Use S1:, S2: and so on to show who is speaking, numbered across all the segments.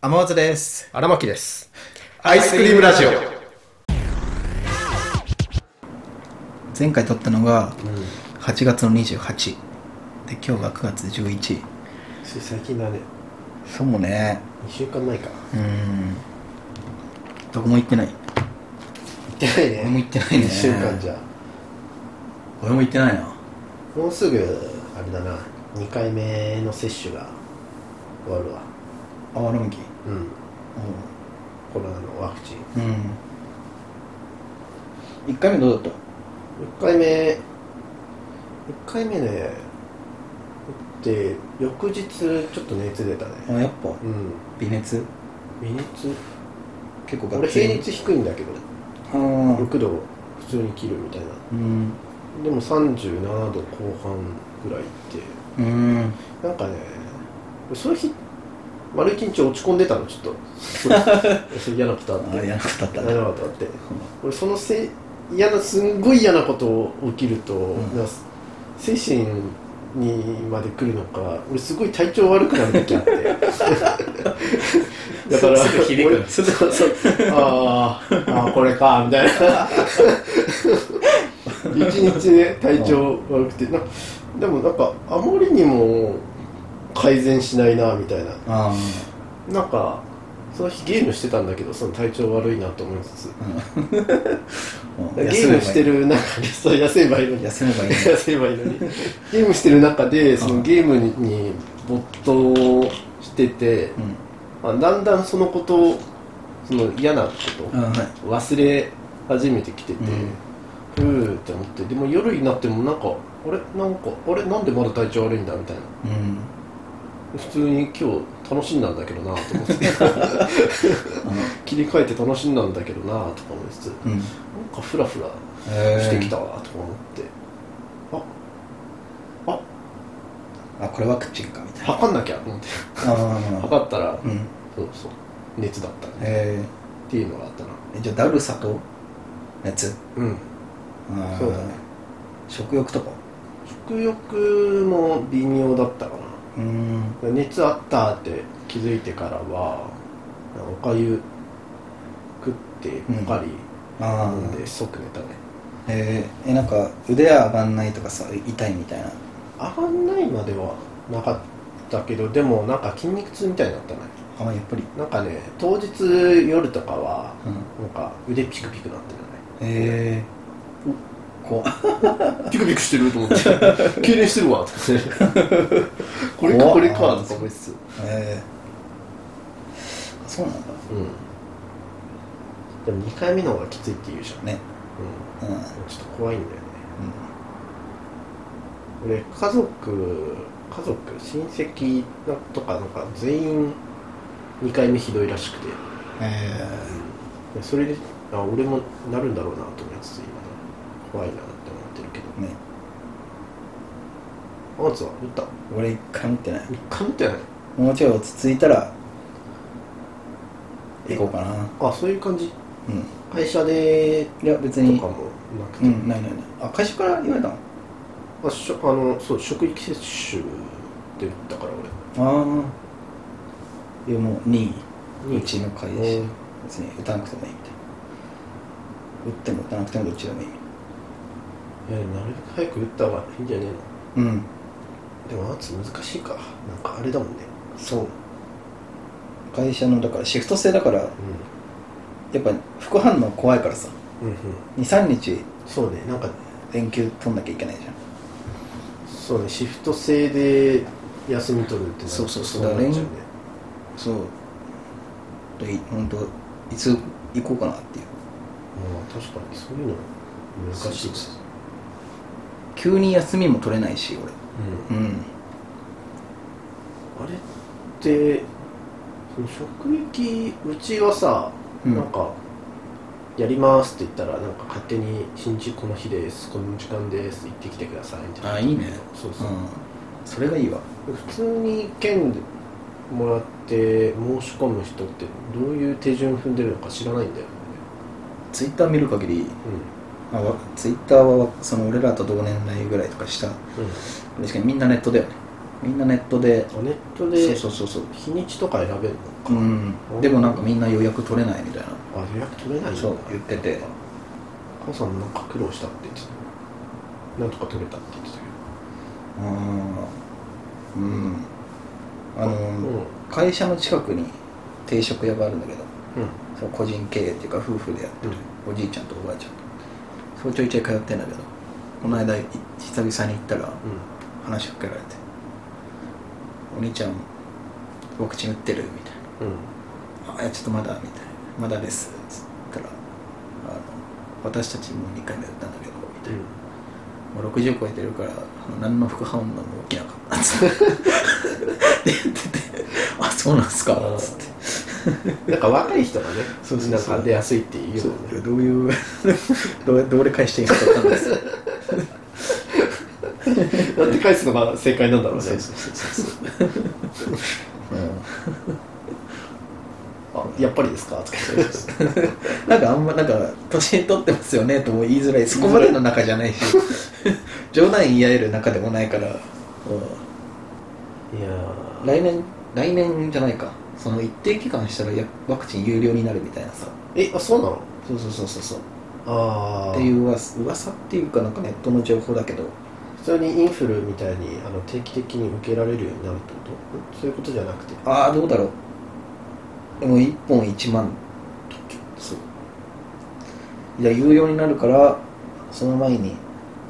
S1: 天松です
S2: 荒牧です。
S1: アイスクリームラジオ前回撮ったのが8月の28で今日が9月11
S2: つい最近だね。
S1: そうね
S2: 2週間前か。
S1: うんどこも行ってない
S2: 行ってないね。
S1: 俺も行ってないね
S2: 2週間じゃ。
S1: 俺も行ってないな
S2: もうすぐ、あれだな、2回目の接種が終わるわ。
S1: ああロンキ
S2: うん。コロナのワクチン。
S1: うん1回目どうだっ
S2: 1回目、1回目ね、で、翌日ちょっと熱出たね。
S1: たあやっぱ
S2: うん。
S1: 微熱
S2: 微熱
S1: 結構
S2: 俺平熱低いんだけど、
S1: ああ
S2: 6度普通に切るみたいな。
S1: うん
S2: でも37度後半ぐらいって。
S1: うん
S2: なんかね、その日、丸一日落ち込んでたの、ちょっと。それ嫌なことあっ
S1: あ
S2: て。
S1: あ
S2: 嫌
S1: やら
S2: な
S1: なくたったね
S2: ことあって。俺、そのせい嫌な、すんごい嫌なことを起きると、
S1: ん
S2: なんか精神にまで来るのか、俺、すごい体調悪くなる時あって。 だから、
S1: すぐ響く
S2: 俺そうそうそうあーあー、これか、みたいな。一日ね、体調悪くて。なんかでもなんかあまりにも改善しないなみたいな
S1: あ
S2: なんかその日ゲームしてたんだけどその体調悪いなと思いつつ
S1: あ
S2: ゲームしてる中でそう痩せればいいのに痩
S1: 休めばいいね
S2: せればいいのにゲームしてる中でそのゲームに没頭してて、
S1: うん
S2: まあ、だんだんそのことをその嫌なこ
S1: あはい
S2: とを忘れ始めてきてて、
S1: うん
S2: ふーって思ってでも夜になってもなんかあれなんかあれなんでまだ体調悪いんだみたい
S1: う
S2: な
S1: ん
S2: 普通に今日楽しんだんだけどなと思って 切り替えて楽しんだんだけどなとか思いつつなん
S1: うん
S2: かフラフラしてきたわとか思って、
S1: あこれワクチンかみたいな
S2: 測んなきゃと思って
S1: あ
S2: 測ったら、
S1: あうん
S2: そうそう熱だったね
S1: え
S2: っていうのがあったな
S1: ー、じゃあだるさと熱
S2: うん
S1: あー
S2: そうだね
S1: 食欲とか
S2: 食欲も微妙だったか
S1: うーん
S2: な熱あったって気づいてからはおかゆ食って
S1: うん
S2: ばかり
S1: あ
S2: 飲ん
S1: ー
S2: で即寝たね、
S1: えー、えなんか腕は上がんないとかさ痛いみたいな
S2: 上がんないまではなかったけどでもなんか筋肉痛みたいになったね
S1: あやっぱり
S2: なんかね当日夜とかは
S1: うん
S2: なんか腕ピクピクなってる
S1: えー、こ
S2: ね ピクピクしてると思って痙攣して るわとかねこれか
S1: 怖っ
S2: これかとか思いつつう
S1: えー、あそうなんだ
S2: んでも2回目の方がきついって言うじゃん、
S1: ね
S2: う
S1: うん、うん
S2: ん、ちょっと怖いんだよね俺家族家族親戚とかなんか全員2回目ひどいらしくて
S1: え
S2: でそれであ俺もなるんだろうなと思いつつ今怖いなって思って
S1: ー、
S2: る
S1: ね
S2: けどあつは打った
S1: 俺一回も打ってない
S2: 一回も打ってない
S1: もうちょい落ち着いたら行こうかな
S2: あそういう感じ
S1: うん
S2: 会社で
S1: いや別
S2: とか
S1: に
S2: もなくて、
S1: うんないないないあ会社から言われたの
S2: あしょあのそう職域接種で打ったから
S1: ああいやもう2位
S2: 俺
S1: うちの会
S2: う
S1: で
S2: ん
S1: 別に打たなくてもいいみたいな打っても打たなくてもどっちでもいい
S2: いやなるべく早く打った方がいいんじゃね
S1: うん
S2: えのでもあつ難しいかなんかあれだもんね
S1: そう会社のだからシフト制だからやっぱ副反応怖いからさ
S2: うんうんうん
S1: 23日
S2: そうねなんか
S1: 連休取んなきゃいけないじゃ
S2: そうねシフト制で休み取るってなると
S1: そうそうそう
S2: なっちゃうね
S1: んそうで本当いつ行こうかなっていう
S2: まあ確かにそういうの難しいです
S1: 急に休みも取れないし俺うん
S2: あれってその職域うちはさ、
S1: うん
S2: なんかやりますって言ったらなんか勝手に新宿この日ですこの時間です行ってきてくださいみたいな
S1: あいいね
S2: そうそう、
S1: うんそれがいいわ
S2: 普通に券もらって申し込む人ってどういう手順踏んでるのか知らないんだよね
S1: ツイッター見る限りまあ、ツイッターはその俺らと同年代ぐらいとかした
S2: うん、うん
S1: 確かにみんなネットだよねみんなネットで
S2: あネット
S1: そう
S2: で
S1: そうそうそう
S2: 日にちとか選べるの
S1: うんでもなんかみんな予約取れないみたいな
S2: あ予約取れないんだ
S1: そう言ってて
S2: 母さんなんか苦労したって言ってたなんとか取れたって言ってたけ
S1: うんうんあ
S2: ど
S1: の
S2: うんうん
S1: 会社の近くに定食屋があるんだけどそう個人経営っていうか夫婦でやってる、おじいちゃんとおばあちゃんとそうちょいちょい通ってんだけどこの間い久々に行ったら話しかけられて「お兄ちゃんワクチン打ってる?」みたい
S2: うんうん
S1: な「あいやちょっとまだ」みたいな「まだです」っつったらあの「私たちもう2回目打ったんだけど」みたいな「もう60超えてるからあの何の副反応も起きなかった」っ つってで言ってて「あそうなんすか」っつって
S2: なんか若い人がね
S1: そうそうそう
S2: なんか出やすいっていうよね
S1: どういう どうどうで返していいのか分かんないです
S2: なんて返すのが正解なんだろうね
S1: そうそうそうそう、
S2: あやっぱりですかとか言って
S1: うん、なんかあんまなんか年取ってますよねとも言いづらいそこまでの仲じゃ ないし冗談言い合える仲でもないから、う
S2: いや
S1: ん、
S2: ー
S1: 来年来年じゃないかその一定期間したらやワクチン有料になるみたいなさ
S2: えあそうなの
S1: そうそうそうそうそう
S2: ああ
S1: っていう噂噂っていうかなんかネットの情報だけど
S2: 普通にインフルみたいにあの定期的に受けられるようになるってことんそういうことじゃなくて
S1: ああどうだろうでも1本1万そうじゃあ有料になるからその前に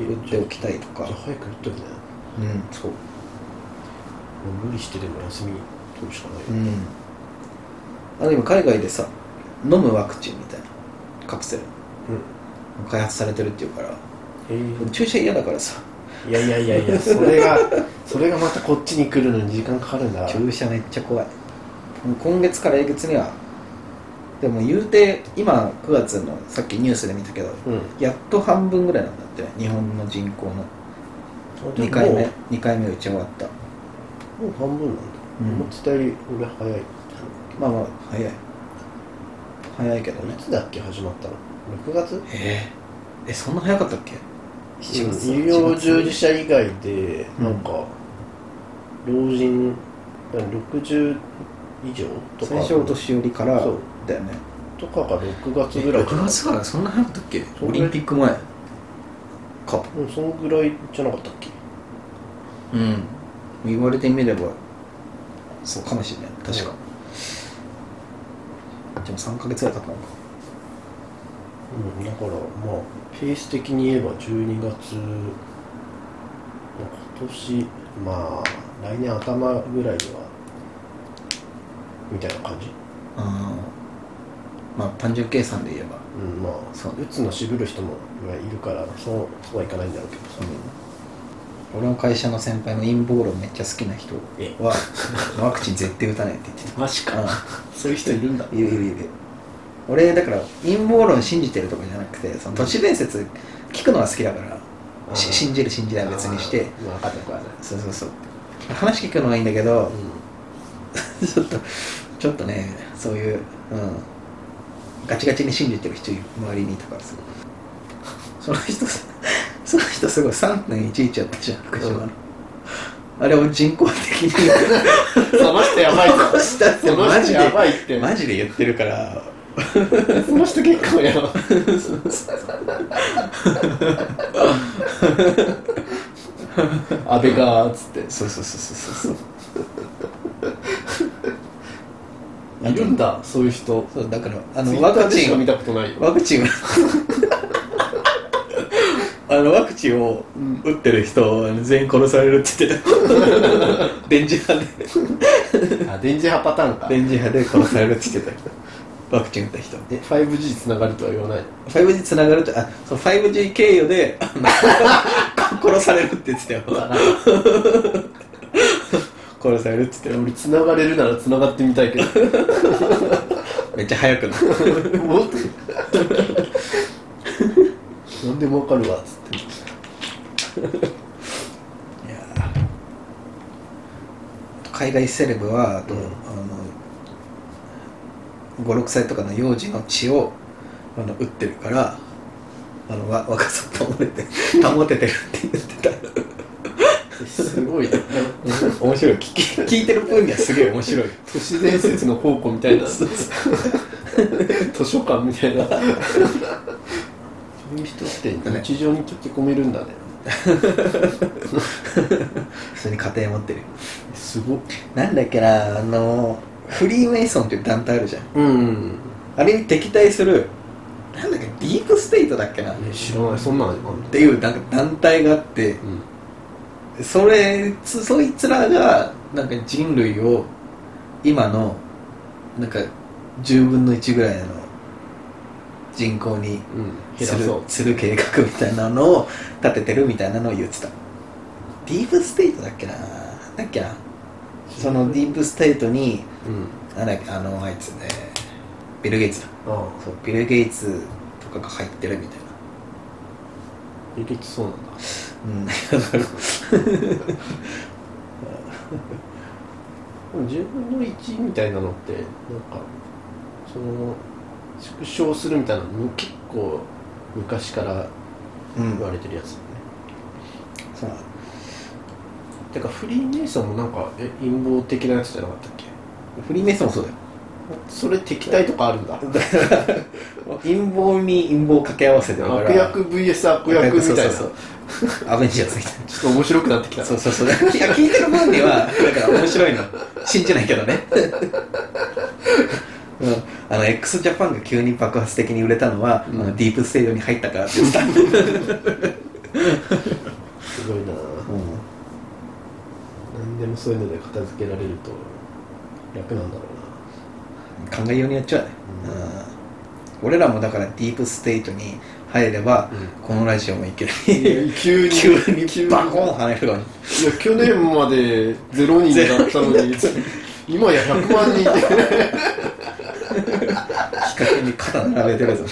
S2: え
S1: 打っておきたいとか
S2: じゃあ早く打っときなよ
S1: うんそう
S2: もう無理してでも休み取るしかないよ、
S1: うんある意味海外でさ飲むワクチンみたいなカプセル
S2: うん
S1: 開発されてるっていうから
S2: えー
S1: 注射嫌だからさ
S2: いやいやいやいやそれが それがまたこっちに来るのに時間かかるんだ
S1: 注射めっちゃ怖いもう今月から来月にはでも言うて今9月のさっきニュースで見たけど
S2: うん
S1: やっと半分ぐらいなんだってね日本の人口の2
S2: 2
S1: 回
S2: も
S1: 目2回目打ち終わった
S2: うもう半分なんだ、
S1: うん
S2: 思ってたより俺早い
S1: まあまあ早い早いけどね
S2: いつだっけ始まったの6月
S1: ええそんな早かったっけ7月
S2: うん医療従事者以外で
S1: うん
S2: なんか、老人60以上とか
S1: 最初お年寄りから
S2: そう
S1: だよね
S2: とかが6月ぐらいかな
S1: 6月からそんな早かったっけ
S2: そん
S1: オ
S2: ぐらい
S1: リンピック前か
S2: うんそのぐらいじゃなかったっけ
S1: うん言われてみればそうかもしれない確か、でも3ヶ月ぐらい経ったのか
S2: うんだからまあペース的に言えば12月まあ今年まあ来年頭ぐらいにはみたいな感じ
S1: あーまあ単純計算で言えば
S2: うんまあ
S1: そう
S2: 打つの渋る人もいるからそうそうはいかないんだろうけどさ、
S1: 俺の会社の先輩の陰謀論めっちゃ好きな人
S2: え
S1: はワクチン絶対打たないって言って
S2: マジ
S1: た うん
S2: そういう人いるんだ
S1: いるいるいる俺だから陰謀論信じてるとかじゃなくてその都市伝説聞くのは好きだからし信じる信じないは別にして
S2: 分かんなくはない
S1: そうそうそう話聞くのはいいんだけど、
S2: う
S1: ちょっとちょっとねそういう、うん、ガチガチに信じてる人周りにいたからさその人さその人すごい3.11やったじゃん福島の、
S2: うん
S1: あれを人工的 に
S2: んその人やばい
S1: 起こしたって
S2: その
S1: マ
S2: 人
S1: ジ
S2: や
S1: で
S2: ばいって
S1: マジで言ってるから
S2: その人結構やばい安倍がーっつって
S1: そうそうそうそうそう
S2: いるんだそういう人
S1: そうだからあ
S2: あ
S1: の
S2: の
S1: ワ
S2: ワ
S1: ク
S2: ク
S1: チ
S2: チン
S1: ン
S2: 見たことないよ
S1: ワクチンあのワクチンを打ってる人全員殺されるって言ってた電磁波で
S2: あ電磁波パターンか
S1: 電磁波で殺されるって言ってたワクチン打った人
S2: え 5G つながるとは言わない
S1: 5G つながるとあそう 5G 経由であの殺されるって言ってたよ殺されるって言って
S2: 俺つながれるならつながってみたいけど
S1: ためっちゃ早くなる
S2: もっと何でもわかるわっつって
S1: いやー海外セレブはあと、
S2: うん
S1: あの56歳とかの幼児の血をあの打ってるから あのわ若さ保てて保ててるって言ってた
S2: すごいね
S3: 面白い聞き聞いてる分にはすげえ面 白い
S2: 都市伝説の宝庫みたいな図書館みたいなそういう人って日常に溶け込めるんだね
S1: 普通に家庭持ってるよ
S2: すごっ
S1: なんだっけなあのフリーメイソンっていう団体あるじゃん
S2: うん
S1: あれに敵対するなんだっけディープステイトだっけなっ
S2: ね知らないそんなのあるの
S1: ていう団団体があって
S2: うん
S1: それつそいつらがなんか人類を今のなんか10分の1ぐらいの人口に
S2: うん
S1: す
S2: 偉
S1: る
S2: そう
S1: する計画みたいなのを立ててるみたいなのを言ってたディープステイトだっけななんだっけなそのディープステイトに
S2: うん
S1: なんだっけあのあいつねビル・ゲイツだ
S2: ああ
S1: そうビル・ゲイツとかが入ってるみたいな
S2: 入れてそうなんだ
S1: うん
S2: でも10分の1みたいなのってなんかその縮小するみたいなのも結構昔から
S1: うん
S2: 言われてるやつだね
S1: そうなの
S2: てかフリーメイソンもなんかえ陰謀的なやつじゃなかったっけ
S1: フリーメイソンもそうだよ
S2: それ敵対とかあるん だ
S1: 陰謀に陰謀を掛け合わせて
S2: 悪役 VS 悪役みたいな
S1: そうそうそうアベンジャーズみたいな
S2: ちょっと面白くなってきた
S1: そうそうそういや聞いてる分にはだから面白いの信じないけどねうんあの x ジャパンが急に爆発的に売れたのは、
S2: うん
S1: あのディープステイトに入ったからって言ってた、
S2: すごいな何でもそういうので片付けられると楽なんだろ
S1: 考えようによっちゃね、
S2: う
S1: うんん俺らもだからディープステイトに入れば、このラジオもいける
S2: うな 急に
S1: 急にバコーン跳ねるかもし
S2: いや去年までゼロ人だったのに今や100万人いて
S1: れないきっかけに肩並べてるぞ